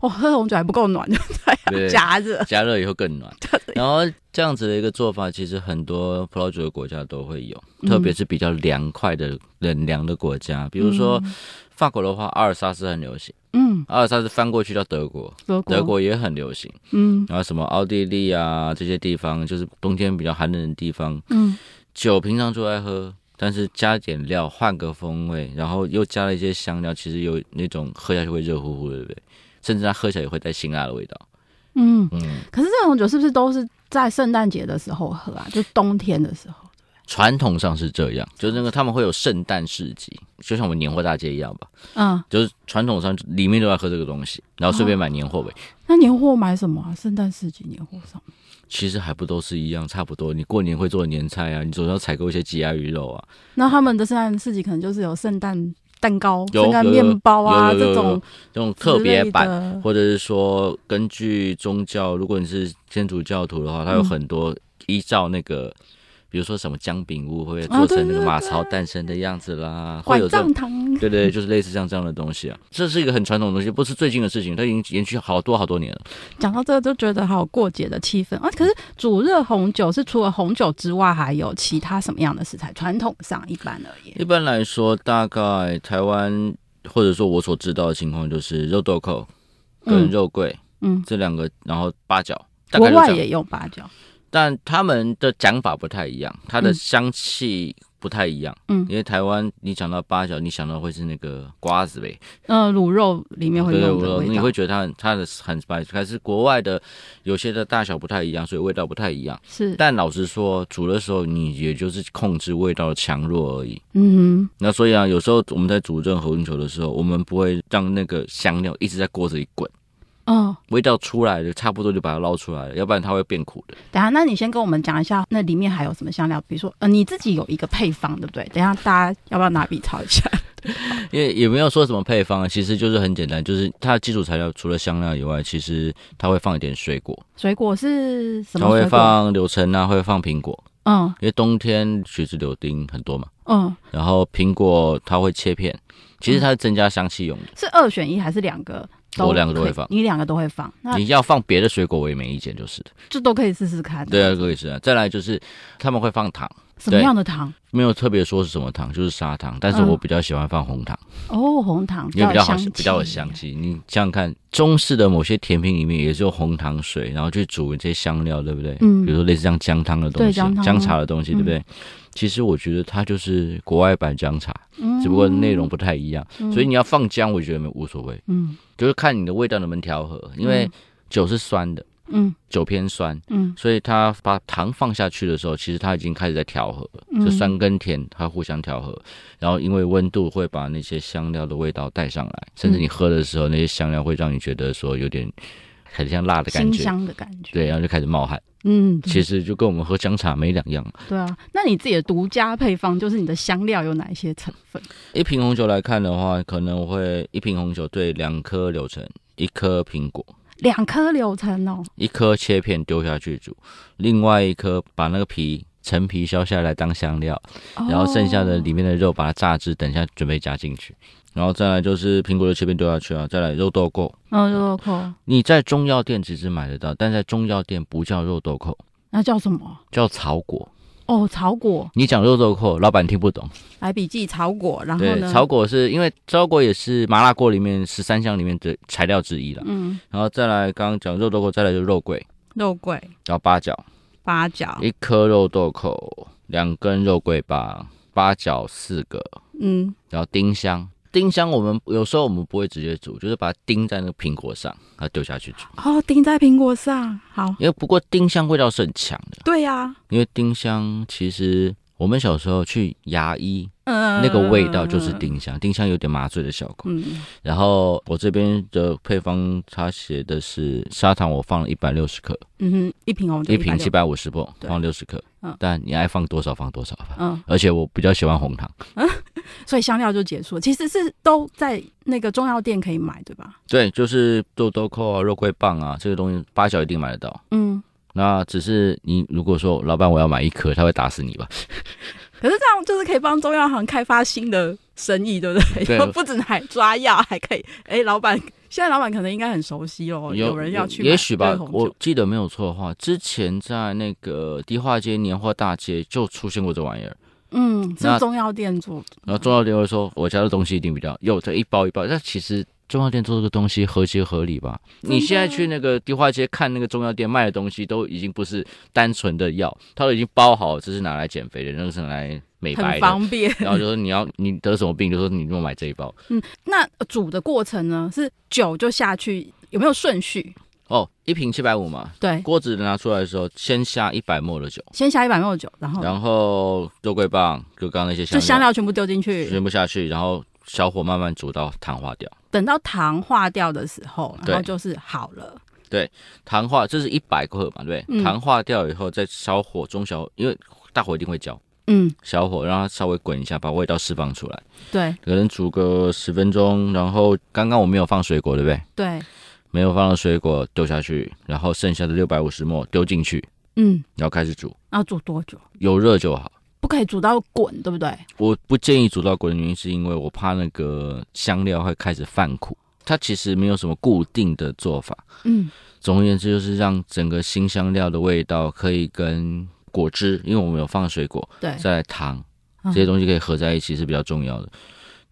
A: 哦，喝红酒还不够暖，就 还要
B: 对
A: 加热。
B: 加热以后更暖。然后这样子的一个做法，其实很多葡萄酒的国家都会有，
A: 嗯
B: 特别是比较凉快的冷凉的国家，比如说法国的话，阿尔萨斯很流行，
A: 嗯，
B: 阿尔萨斯翻过去到德国，
A: 德
B: 德国也很流行。
A: 嗯
B: 然后什么奥地利啊这些地方，就是冬天比较寒冷的地方，
A: 嗯，
B: 酒平常就爱喝。但是加点料，换个风味，然后又加了一些香料，其实有那种喝下去会热乎乎的，对不对？甚至它喝起来也会带辛辣的味道。
A: 嗯，
B: 嗯，
A: 可是这种酒是不是都是在圣诞节的时候喝啊？就冬天的时候？
B: 传统上是这样，就是那个他们会有圣诞市集，就像我们年货大街一样吧，
A: 嗯，
B: 就是传统上里面都要喝这个东西，然后顺便买年货呗。
A: 那年货买什么啊？圣诞市集年货上面
B: 其实还不都是一样，差不多。你过年会做的年菜啊，你总要采购一些鸡鸭鱼肉啊，
A: 那他们的圣诞市集可能就是有圣诞蛋糕、
B: 有
A: 圣诞
B: 有
A: 面包啊
B: 有有
A: 这
B: 有
A: 种
B: 这种特别
A: 之
B: 版，
A: 类的
B: 或者是说根据宗教，如果你是天主教徒的话，它有
A: 嗯
B: 很多依照那个。比如说什么姜饼屋会
A: 啊
B: 做成
A: 对
B: 那个
A: 对
B: 马
A: 对
B: 槽诞生的样子啦，会
A: 拐
B: 有这种
A: 杖糖。
B: 对对，就是类似像这样的东西啊，这是一个很传统的东西，不是最近的事情，它已经延续好多好多年了。
A: 讲到这个就觉得好有过节的气氛啊！可是煮热红酒是除了红酒之外，还有其他什么样的食材？传统上一般而言，
B: 一般来说，大概台湾或者说我所知道的情况就是肉豆蔻跟
A: 嗯
B: 肉桂、
A: 嗯，
B: 这两个，然后八角，大概
A: 国
B: 就
A: 外
B: 这样
A: 也用八角，
B: 但他们的讲法不太一样，它的
A: 嗯
B: 香气不太一样。
A: 嗯
B: 因为台湾你讲到八角，你想到会是那个瓜子呗，
A: 嗯，卤肉里面会
B: 对对，
A: 用的
B: 我
A: 味
B: 你
A: 道
B: 会。觉得它很它的很 spicy，可是国外的有些的大小不太一样，所以味道不太一样。
A: 是，
B: 但老实说，煮的时候你也就是控制味道的强弱而已。
A: 嗯
B: 那所以啊，有时候我们在煮任何红球的时候，我们不会让那个香料一直在锅子里滚，
A: 哼，哦，
B: 味道出来了，差不多就把它捞出来了，要不然它会变苦的。
A: 等一下，那你先跟我们讲一下，那里面还有什么香料？比如说，呃，你自己有一个配方，对不对？等一下大家要不要拿笔抄一下？
B: 因为也没有说什么配方啊，其实就是很简单，就是它的基础材料除了香料以外，其实它会放一点水果，
A: 水果是什
B: 它
A: 么水
B: 会
A: 果？
B: 放柳橙啊，会放苹果，
A: 嗯
B: 因为冬天橘子、柳丁很多嘛，
A: 嗯，
B: 然后苹果它会切片，其实它是增加香气用的。
A: 是二选一还是两个？
B: 我两个都
A: 可以
B: 会放
A: 你两个都会放，那
B: 你要放别的水果，我也没意见，就是的。
A: 这都可以试试看。
B: 对啊，可以是啊。再来就是他们会放糖，
A: 什么
B: 对
A: 样的糖？
B: 没有特别说是什么糖，就是砂糖，但是
A: 嗯
B: 我比较喜欢放红糖，
A: 哦，红糖
B: 因为比较好，
A: 香气
B: 比较有香气。你想想看，中式的某些甜品里面也是用红糖水，然后去煮这些香料，对不对？
A: 嗯
B: 比如说类似像姜汤的东
A: 对
B: 西、
A: 姜汤嗯
B: 茶的东西，对不对？其实我觉得它就是国外版姜茶，
A: 嗯
B: 只不过内容不太一样，所以你要放姜，我觉得没无所谓，
A: 嗯
B: 就是看你的味道能不能调和，因为酒是酸的，
A: 嗯
B: 酒偏酸，
A: 嗯
B: 所以它把糖放下去的时候，其实它已经开始在调和了，
A: 嗯
B: 就酸跟甜它互相调和，然后因为温度会把那些香料的味道带上来，甚至你喝的时候，那些香料会让你觉得说有点很像辣的感
A: 辛
B: 觉，
A: 香的感觉。
B: 对，然后就开始冒汗，
A: 嗯，
B: 其实就跟我们喝姜茶没两样。
A: 对啊。那你自己的独家配方就是你的香料有哪一些成分？
B: 一瓶红酒来看的话，可能会一瓶红酒兑两颗柳橙，一颗苹果。
A: 两颗柳橙哦，
B: 一颗切片丢下去煮，另外一颗把那个皮陈皮削下来当香料，然后剩下
A: 哦
B: 的里面的肉把它榨汁，等一下准备加进去。然后再来就是苹果的切片丢下去啊，再来肉豆蔻。
A: 嗯，肉豆蔻，
B: 你在中药店其实买得到，但在中药店不叫肉豆蔻，
A: 那叫什么？
B: 叫草果。
A: 哦，草果，
B: 你讲肉豆蔻，老板听不懂。
A: 来笔记草果，然后
B: 对，
A: 呢？
B: 草果是因为草果也是麻辣锅里面十三香里面的材料之一了。
A: 嗯，
B: 然后再来刚刚讲肉豆蔻，再来就肉桂，
A: 肉桂、
B: 然后八角，
A: 八角，
B: 一颗肉豆蔻，两根肉桂棒，八角四个，
A: 嗯，
B: 然后丁香。丁香我们有时候我们不会直接煮，就是把它钉在那个苹果上，然后丢下去煮。
A: 哦，钉在苹果上，好，
B: 因为不过丁香味道是很强的，
A: 对啊呀、
B: 因为丁香其实我们小时候去牙医，
A: 嗯，
B: 那个味道就是，丁香，丁香有点麻醉的效果。
A: 嗯，
B: 然后我这边的配方，它写的是砂糖，我放了一百六十克，
A: 嗯哼，一瓶红酒，
B: 一瓶七
A: 百，
B: 百五十克，
A: 对
B: 放六十克
A: 嗯。
B: 但你爱放多少放多少吧。
A: 嗯，
B: 而且我比较喜欢红糖。
A: 所以香料就结束了。其实是都在那个中药店可以买，对吧？
B: 对，就是豆豆蔻啊、肉桂棒啊，这个东西八角一定买得到。
A: 嗯，
B: 那只是你如果说老板我要买一颗，他会打死你吧？
A: 可是这样就是可以帮中药行开发新的生意，对不对？
B: 对
A: 不止还抓药，还可以，哎、老板，现在老板可能应该很熟悉哦，有人要去买
B: 也许吧
A: 热红。酒
B: 我记得没有错的话，之前在那个迪化街年货大街就出现过这玩意儿。
A: 嗯，是
B: 那
A: 中药店做的，
B: 然后中药店会说，我家的东西一定比较有这一包一包。那其实中药店做这个东西合情合理吧？
A: 真的
B: 你现在去那个迪化街看那个中药店卖的东西，都已经不是单纯的药，它都已经包好，这是拿来减肥的，那个是拿来美白
A: 很
B: 的。
A: 方便。
B: 然后就说你要你得什么病，就说你给我买这一包。
A: 那煮的过程呢，是酒就下去，有没有顺序？
B: 哦，一瓶七百五嘛。
A: 对，
B: 锅子拿出来的时候，先下一百沫的酒，
A: 先下一百 ml 酒，然后
B: 然后肉桂棒，就刚刚那些
A: 哦就
B: 香
A: 香料全部丢进去，
B: 全部下去，然后小火慢慢煮到糖化掉。
A: 等到糖化掉的时候，然后
B: 对
A: 就是好了。
B: 糖化，这是一百克嘛，对不对？
A: 嗯
B: 糖化掉以后，再小火中小，因为大火一定会焦，
A: 嗯，
B: 小火让它稍微滚一下，把味道释放出来，
A: 对
B: 可能煮个十分钟。然后刚刚我没有放水果，对不对？
A: 对，
B: 没有放的水果丢下去，然后剩下的六百五十沫丢进去，
A: 嗯，
B: 然后开始煮，
A: 要煮多久？
B: 有热就好。
A: 不可以煮到滚，对不对？
B: 我不建议煮到滚的原因是因为我怕那个香料会开始泛苦，它其实没有什么固定的做法。
A: 嗯
B: 总而言之，就是让整个新香料的味道可以跟果汁，因为我们有放水果，
A: 对，
B: 再来糖
A: 嗯
B: 这些东西可以合在一起是比较重要的。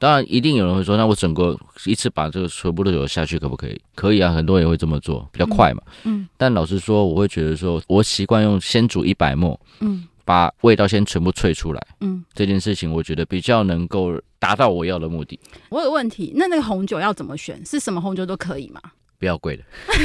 B: 当然，一定有人会说，那我整个一次把这个全部都有下去，可不可以？可以啊，很多人也会这么做，比较快嘛。
A: 嗯
B: 但老实说，我会觉得说，我习惯用先煮一百沫，
A: 嗯
B: 把味道先全部萃出来，
A: 嗯。
B: 这件事情我觉得比较能够达到我要的目的，
A: 我有问题，那那个红酒要怎么选？是什么红酒都可以吗？
B: 不要贵的。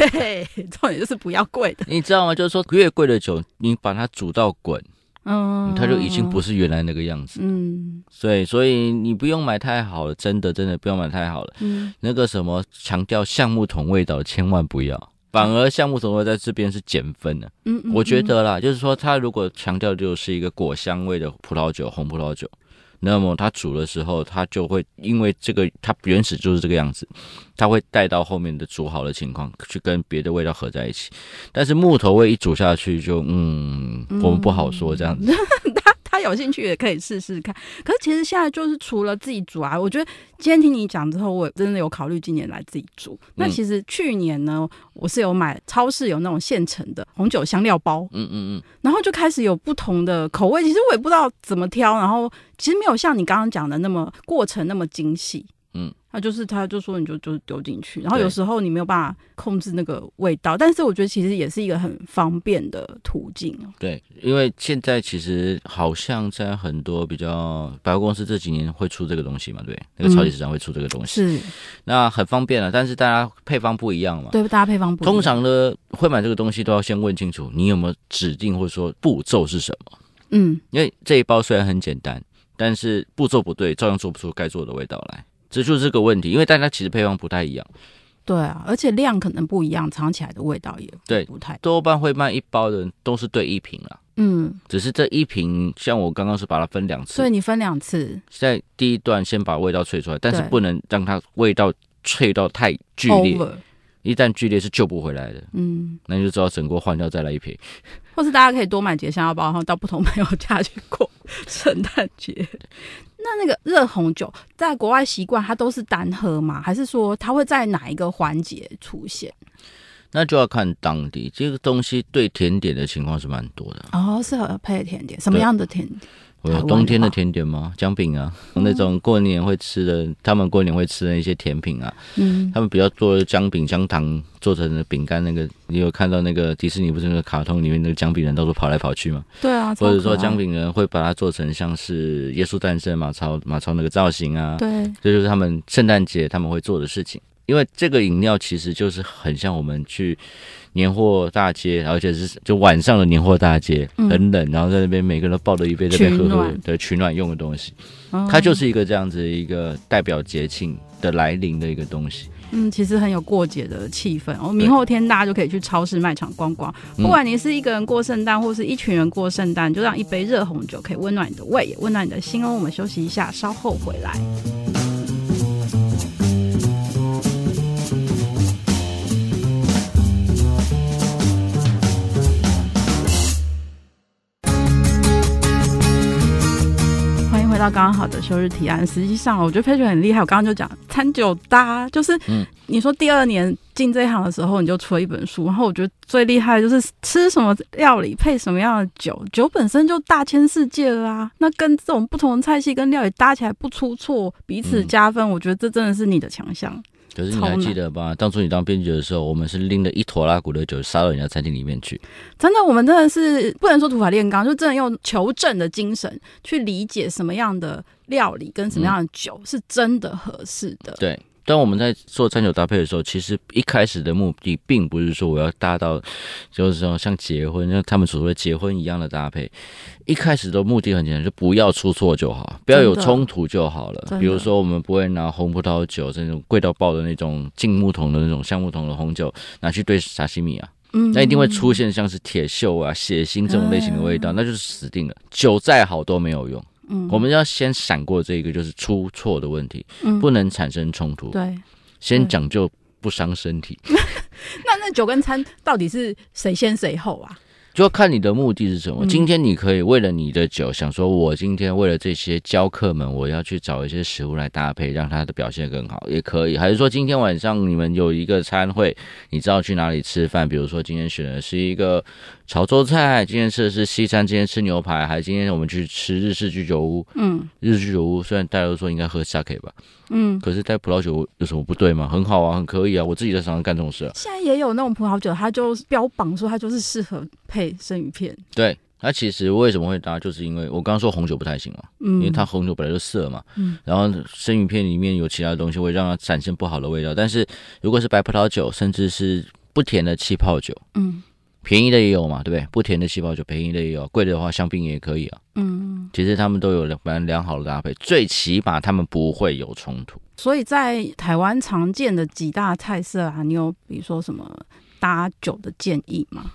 A: 嘿嘿，重点就是不要贵的。
B: 你知道吗？就是说，越贵的酒，你把它煮到滚，
A: 嗯，
B: 它就已经不是原来那个样子。
A: 嗯
B: 所以，所以你不用买太好了，真的，真的不用买太好了。
A: 嗯
B: 那个什么强调橡木桶味道的，千万不要。反而橡木桶味在这边是减分的，
A: 嗯，嗯
B: 我觉得啦，就是说它如果强调就是一个果香味的葡萄酒，红葡萄酒，那么它煮的时候，它就会因为这个它原始就是这个样子，它会带到后面的煮好的情况去跟别的味道合在一起。但是木头味一煮下去就，嗯，我们不好说这样子。
A: 他有兴趣也可以试试看。可是其实现在就是除了自己煮啊，我觉得今天听你讲之后，我真的有考虑今年来自己煮。那
B: 嗯
A: 其实去年呢，我是有买超市有那种现成的红酒香料包，
B: 嗯嗯嗯，
A: 然后就开始有不同的口味。其实我也不知道怎么挑，然后其实没有像你刚刚讲的那么过程那么精细。
B: 嗯，
A: 他就是他就说你就就丢进去，然后
B: 对
A: 有时候你没有办法控制那个味道，但是我觉得其实也是一个很方便的途径哦。
B: 对，因为现在其实好像在很多比较百货公司这几年会出这个东西嘛，对，那个超级市场会出这个东西，
A: 嗯是
B: 那很方便了、啊但是大家配方不一样嘛。
A: 对搭配方不一样
B: 通常呢，会买这个东西都要先问清楚，你有没有指定或者说步骤是什么？
A: 嗯。
B: 因为这一包虽然很简单，但是步骤不对，照样做不出该做的味道来，这就是个问题。因为大家其实配方不太一样，
A: 对啊，而且量可能不一样，尝起来的味道也
B: 对
A: 不太
B: 多半会卖一包的人都是对一瓶啦。
A: 嗯，
B: 只是这一瓶，像我刚刚是把它分两
A: 所以
B: 次，
A: 你分两次
B: 在第一段先把味道萃出来，但是
A: 对
B: 不能让它味道萃到太剧烈，
A: over，
B: 一旦剧烈是救不回来的，
A: 嗯，
B: 那你就只好整锅换掉再来一瓶。
A: 或是大家可以多买几个香料包，然后到不同朋友家去过 圣诞节。那那个热红酒在国外习惯，它都是单喝吗？还是说它会在哪一个环节出现？
B: 那就要看当地这个东西对甜点的情况是蛮多的。
A: 哦，适合配甜点，什么样的甜点？
B: 我
A: 台
B: 有
A: 湾
B: 冬天的
A: 的话嗯
B: 甜点吗？姜饼啊，那种过年会吃的，他们过年会吃的一些甜品啊，
A: 嗯
B: 他们比较做的姜饼、姜糖做成的饼干，那个你有看到那个迪士尼不是那个卡通里面那个姜饼人到处跑来跑去吗？
A: 对啊，
B: 或
A: 超
B: 者
A: 可
B: 说
A: 爱
B: 姜饼人会把它做成像是耶稣诞生马超马超那个造型啊，
A: 对，
B: 这就是他们圣诞节他们会做的事情。因为这个饮料其实就是很像我们去年货大街，而且是就晚上的年货大街，
A: 嗯
B: 很冷，然后在那边每个人都抱着一杯在那边喝
A: 取
B: 喝
A: 暖
B: 的取暖用的东西，
A: 哦
B: 它就是一个这样子一个代表节庆的来临的一个东西。
A: 嗯，其实很有过节的气氛哦。明后天大家就可以去超市卖场逛逛，
B: 嗯
A: 不管你是一个人过圣诞，或是一群人过圣诞，就让一杯热红酒可以温暖你的胃，也温暖你的心哦。我们休息一下，稍后回来。欢迎回到刚刚好的休日提案。实际上，我觉得佩雪很厉害。我刚刚就讲餐酒搭，就是
B: 嗯
A: 你说第二年进这一行的时候，你就出了一本书。然后我觉得最厉害的就是吃什么料理配什么样的酒，酒本身就大千世界了啊。那跟这种不同的菜系跟料理搭起来不出错，彼
B: 嗯
A: 此加分，我觉得这真的是你的强项。
B: 可是你还记得吧？当初你当编辑的时候，我们是拎着一坨拉古的酒杀到人家餐厅里面去，
A: 真的，我们真的是不能说土法炼钢，就真的用求证的精神去理解什么样的料理跟什么样的酒是真的合适的。
B: 嗯对。当我们在做餐酒搭配的时候，其实一开始的目的并不是说我要搭到，就是说像结婚，像他们所说的结婚一样的搭配。一开始的目的很简单，就不要出错就好，不要有冲突就好
A: 真的
B: 了。比如说，我们不会拿红葡萄酒这种贵到爆的那种静木桶的那种橡木桶的红酒拿去兑沙西米啊，
A: 嗯
B: 那一定会出现像是铁锈啊、血腥这种类型的味道，那就是死定了。酒再好都没有用。
A: 嗯
B: 我们要先闪过这个就是出错的问题，
A: 嗯
B: 不能产生冲突。
A: 对。
B: 先讲究不伤身体，
A: 那那酒跟餐到底是谁先谁后啊？
B: 就要看你的目的是什么。
A: 嗯
B: 今天你可以为了你的酒，想说我今天为了这些教客们，我要去找一些食物来搭配，让它的表现更好，也可以。还是说今天晚上你们有一个餐会，你知道去哪里吃饭？比如说今天选的是一个潮州菜，今天吃的是西餐，今天吃牛排，还是今天我们去吃日式居酒屋？
A: 嗯
B: 日式居酒屋虽然大家都说应该喝 sake 吧，
A: 嗯，
B: 可是带葡萄酒有什么不对吗？很好啊，很可以啊，我自己在常常干这种事啊。
A: 现在也有那种葡萄酒，它就标榜说它就是适合配生鱼片。
B: 对，那其实为什么会搭，就是因为我刚刚说红酒不太行嘛，
A: 嗯，
B: 因为它红酒本来就涩嘛，
A: 嗯
B: 然后生鱼片里面有其他东西会让它产生不好的味道。但是如果是白葡萄酒，甚至是不甜的气泡酒，
A: 嗯
B: 便宜的也有嘛，对不对？不甜的气泡酒，便宜的也有，贵的话香槟也可以啊。
A: 嗯，
B: 其实他们都有良蛮良好的搭配，最起码他们不会有冲突。
A: 所以在台湾常见的几大菜色啊，你有比如说什么搭酒的建议吗？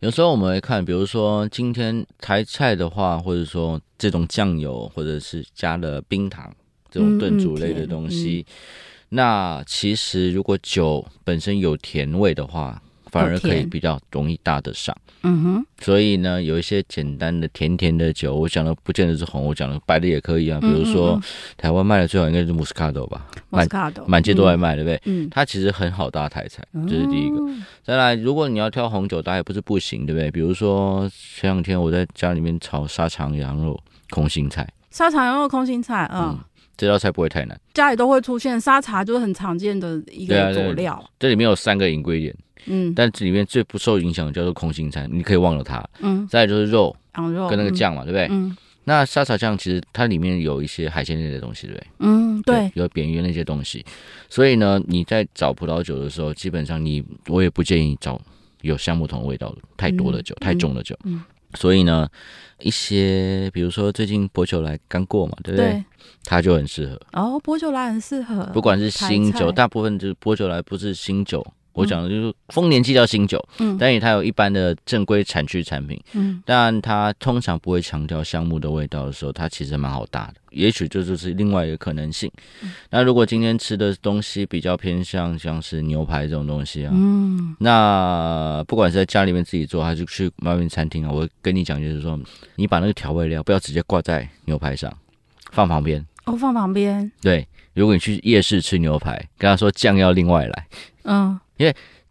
B: 有时候我们会看，比如说今天台菜的话，或者说这种酱油，或者是加了冰糖这种炖煮类的东
A: 嗯
B: 西，那其实如果酒本身有甜味的话，反而可
A: 有
B: 以
A: 甜
B: 比较容易搭得上。
A: 嗯哼，
B: 所以呢，有一些简单的甜甜的酒，我讲的不见得是红，我讲的白的也可以啊。比如
A: 嗯
B: 说
A: 嗯
B: 台湾卖的最好应该是 Moscato 吧，
A: 莫
B: 满
A: 斯卡豆
B: 满街都在卖，对不对？
A: 哦嗯，
B: 它其实很好搭台菜，
A: 嗯
B: 这是第一个。再来，如果你要挑红酒，当然也不是不行，对不对？比如说前两天我在家里面炒沙肠羊肉空心菜，
A: 沙茶羊肉空心菜，嗯，
B: 这道菜不会太难。
A: 家里都会出现沙茶，就是很常见的一
B: 对啊
A: 个
B: 对啊
A: 佐料。
B: 这里面有三个 ingredient，
A: 嗯
B: 但这里面最不受影响的叫做空心菜，你可以忘了它。
A: 嗯，
B: 再来就是肉
A: 羊肉
B: 跟那个
A: 嗯
B: 酱嘛，对不对？
A: 嗯
B: 那沙茶酱其实它里面有一些海鲜类的东西，对不对？
A: 嗯，对，
B: 有扁鱼那些东西。所以呢，你在找葡萄酒的时候，基本上你我也不建议找有橡木桶味道的太多的酒，
A: 嗯
B: 太重的酒。
A: 嗯
B: 所以呢，一些比如说最近博酒来刚过嘛，对不对？
A: 对
B: 它就很适合，
A: 哦，波酒来很适合，
B: 不管是新
A: 台
B: 酒，
A: 菜
B: 大部分就是博酒来不是新酒。我讲的就是丰年祭叫新酒，
A: 嗯
B: 但也它有一般的正规产区产品，
A: 嗯
B: 但它通常不会强调香木的味道的时候，它其实蛮好搭的。也许这就是另外一个可能性。
A: 嗯
B: 那如果今天吃的东西比较偏向像是牛排这种东西啊，
A: 嗯
B: 那不管是在家里面自己做，还是去外面餐厅啊，我跟你讲就是说，你把那个调味料不要直接挂在牛排上，放旁边。
A: 哦放旁边，
B: 对，如果你去夜市吃牛排，跟他说酱要另外来，
A: 嗯，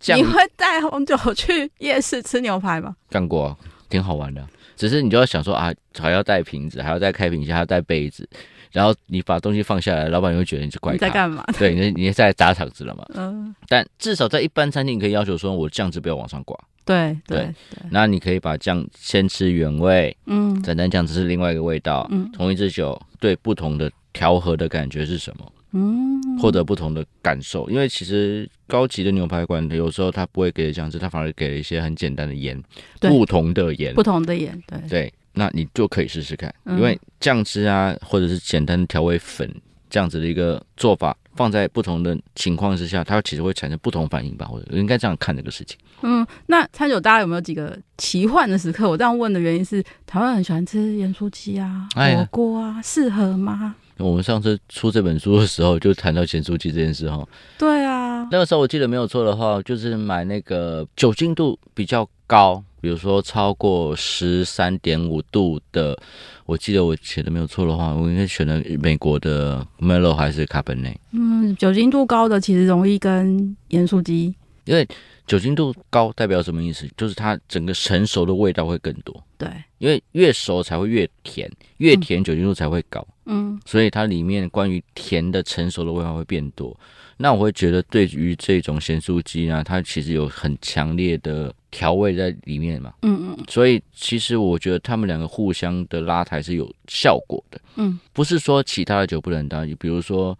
B: 酱
A: 你会带红酒去夜市吃牛排吗？
B: 干过、啊，挺好玩的啊、只是你就要想说啊，还要带瓶子，还要带开瓶器，还要带杯子，然后你把东西放下来，老板就会觉得你是怪
A: 你在
B: 咖。
A: 干 嘛？
B: 对，你你在砸场子了嘛？
A: 嗯，
B: 但至少在一般餐厅，你可以要求说，我酱汁不要往上挂。
A: 对
B: 对
A: 对，
B: 那你可以把酱先吃原味，
A: 嗯
B: 斩蛋酱只是另外一个味道。
A: 嗯
B: 同一支酒对不同的调和的感觉是什么，
A: 嗯，
B: 或者不同的感受？因为其实高级的牛排馆，有时候它不会给的酱汁，它反而给了一些很简单的盐，
A: 对
B: 不同的盐
A: 不。同的盐，对
B: 对，那你就可以试试看，
A: 嗯
B: 因为酱汁啊，或者是简单的调味粉这样子的一个做法，放在不同的情况之下，它其实会产生不同反应吧。我应该这样看这个事情。
A: 嗯，那餐酒大家有没有几个奇幻的时刻？我这样问的原因是，台湾很喜欢吃盐酥鸡啊、
B: 哎呀
A: 火锅啊，适合吗？
B: 我们上次出这本书的时候，就谈到咸酥鸡这件事哈。
A: 对啊，
B: 那个时候我记得没有错的话，就是买那个酒精度比较高，比如说超过十三点五度的。我记得我写的没有错的话，我应该选了美国的 Merlot 还是 Cabernet。
A: 嗯，酒精度高的其实容易跟盐酥鸡，
B: 因为酒精度高代表什么意思？就是它整个成熟的味道会更多，
A: 对，
B: 因为越熟才会越甜，越甜酒精度才会高，
A: 嗯
B: 所以它里面关于甜的成熟的味道会变多。那我会觉得，对于这种咸酥鸡呢，它其实有很强烈的调味在里面嘛，
A: 嗯嗯
B: 所以其实我觉得他们两个互相的拉抬是有效果的。
A: 嗯，
B: 不是说其他的酒不能搭，比如说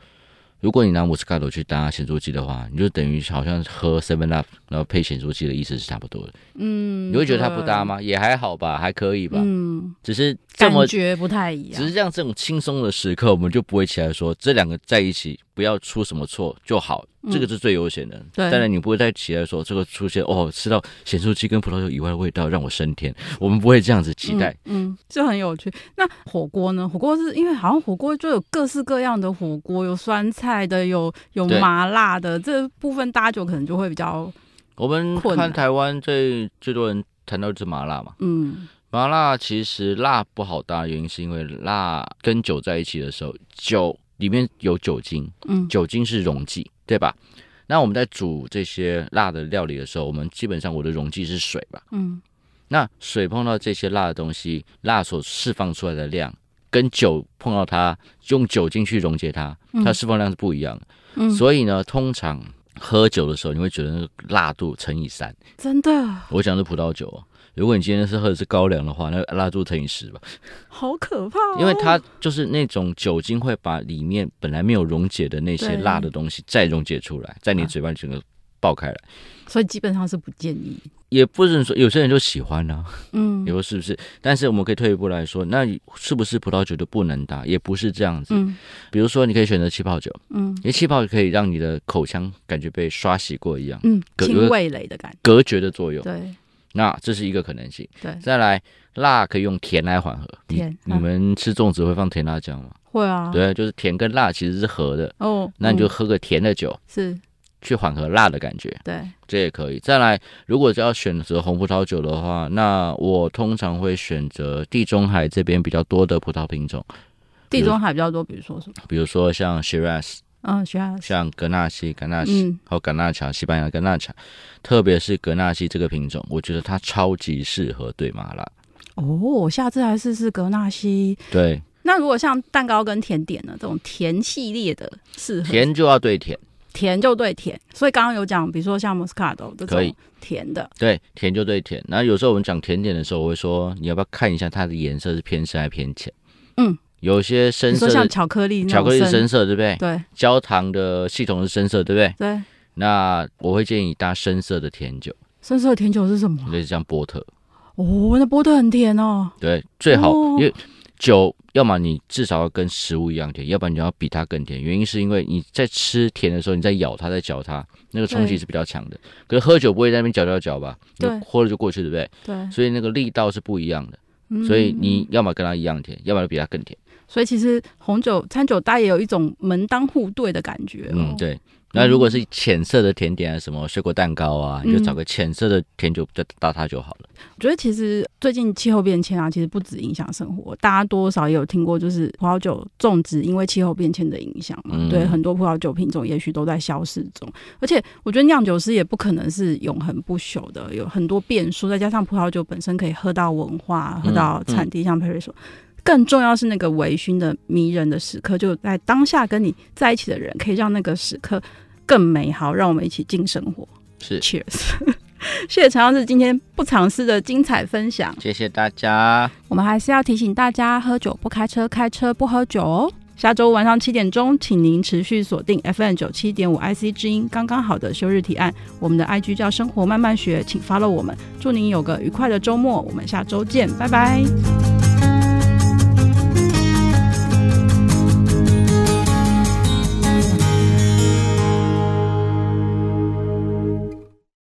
B: 如果你拿 Moscato 去搭咸酥鸡的话，你就等于好像喝 Seven Up，然后配咸酥鸡的意思是差不多的。
A: 嗯，
B: 你会觉得它不搭吗？也还好吧，还可以吧。
A: 嗯，啊
B: 只是这
A: 感
B: 么，
A: 觉不太一
B: 只
A: 样。
B: 是像这种轻松的时刻，我们就不会起来说这两个在一起不要出什么错就好，这个是最优先的。
A: 嗯对
B: 当然你不会再起来说这个出现哦，吃到咸酥鸡跟葡萄酒以外的味道让我升天，我们不会这样子期待。
A: 嗯，就很有趣。那火锅呢？火锅是因为好像火锅就有各式各样的火锅，有酸菜的，有有
B: 对
A: 麻辣的，这部分搭酒可能就会比较
B: 我们
A: 困难
B: 看台湾最最多人谈到就是麻辣嘛，
A: 嗯
B: 麻辣其实辣不好搭，原因是因为辣跟酒在一起的时候，酒里面有酒精，
A: 嗯
B: 酒精是溶剂，对吧？那我们在煮这些辣的料理的时候，我们基本上我的溶剂是水吧？
A: 嗯
B: 那水碰到这些辣的东西，辣所释放出来的量，跟酒碰到它，用酒精去溶解它，它释放量是不一样的。
A: 嗯，
B: 所以呢，通常喝酒的时候，你会觉得那个辣度乘以三。
A: 真的
B: 我讲的是葡萄酒哦，如果你今天是喝的是高粱的话，那辣度乘以十吧，
A: 好可怕哦、
B: 因为它就是那种酒精会把里面本来没有溶解的那些
A: 对啊
B: 辣的东西再溶解出来，在你嘴巴里整个爆开来。
A: 所以基本上是不建议。
B: 也不是说有些人就喜欢呢、啊，
A: 嗯
B: 你说是不是？但是我们可以退一步来说，那是不是葡萄酒就不能搭？也不是这样子。
A: 嗯
B: 比如说，你可以选择气泡酒，
A: 嗯
B: 因为气泡可以让你的口腔感觉被刷洗过一样，
A: 嗯，
B: 有
A: 清味蕾的感觉。
B: 隔绝的作用。
A: 对
B: 那这是一个可能性。
A: 对，
B: 再来，辣可以用甜来缓和。你
A: 甜
B: 你
A: 啊
B: 们吃粽子会放甜辣酱吗？
A: 会啊。
B: 对，就是甜跟辣其实是合的。
A: 哦，
B: 那你就
A: 嗯
B: 喝个甜的酒，
A: 是
B: 去缓和辣的感觉，
A: 对，
B: 这也可以。再来，如果要选择红葡萄酒的话，那我通常会选择地中海这边比较多的葡萄品种，比
A: 地
B: 如
A: 中海比较多，比如说什么？
B: 比如说像 Shiraz、
A: 嗯，学校
B: 像格纳西、格纳西，
A: 嗯
B: 还有格纳乔，西班牙的格纳乔，特别是格纳西这个品种，我觉得它超级适合对麻辣。
A: 哦，我下次来试试格纳西。
B: 对，
A: 那如果像蛋糕跟甜点呢，这种甜系列的适合
B: 甜就要对甜，
A: 甜就对甜，所以刚刚有讲，比如说像 Moscato 这
B: 可以
A: 种甜的，
B: 对甜就对甜。那有时候我们讲甜点的时候，我会说你要不要看一下它的颜色是偏深还是偏浅？
A: 嗯，
B: 有些深
A: 你说
B: 色的
A: 像巧克力那种
B: 巧克力是深色，对不对？
A: 对
B: 焦糖的系统是深色，对不对？
A: 对，
B: 那我会建议搭深色的甜酒，
A: 深色甜酒是什么啊？
B: 类似像波特，
A: 哦，那波特很甜哦，
B: 对，最好、
A: 哦
B: 因为酒，要么你至少要跟食物一样甜，要不然你要比它更甜。原因是因为你在吃甜的时候，你在咬它，在嚼它，那个冲击
A: 对
B: 是比较强的。可是喝酒不会在那边嚼嚼嚼吧？你
A: 对
B: 喝了就过去，对不对？
A: 对，
B: 所以那个力道是不一样的。
A: 嗯
B: 所以你要么跟它一样甜，要么比它更甜。
A: 所以其实红酒餐酒搭也有一种门当户对的感觉、哦，
B: 嗯，，对。那如果是浅色的甜点啊，什么水果蛋糕啊，
A: 嗯
B: 你就找个浅色的甜酒再搭它就好了。
A: 我觉得其实最近气候变迁啊，其实不止影响生活，大家多少也有听过，就是葡萄酒种植因为气候变迁的影响嘛，
B: 嗯
A: 对很多葡萄酒品种也许都在消失中。而且我觉得酿酒师也不可能是永恒不朽的，有很多变数，再加上葡萄酒本身可以喝到文化，喝到产地，像 Perry 说。更重要是那个微醺的迷人的时刻，就在当下跟你在一起的人，可以让那个时刻更美好。让我们一起进生活
B: 是，
A: ，Cheers！谢谢 陈老师今天不藏私的精彩分享。
B: 谢谢大家。
A: 我们还是要提醒大家，喝酒不开车，开车不喝酒哦。下周晚上七点钟，请您持续锁定 FM 九七点五 IC 之音，刚刚好的休日提案。我们的 IG 叫生活慢慢学，请 follow 我们。祝您有个愉快的周末，我们下周见，拜拜。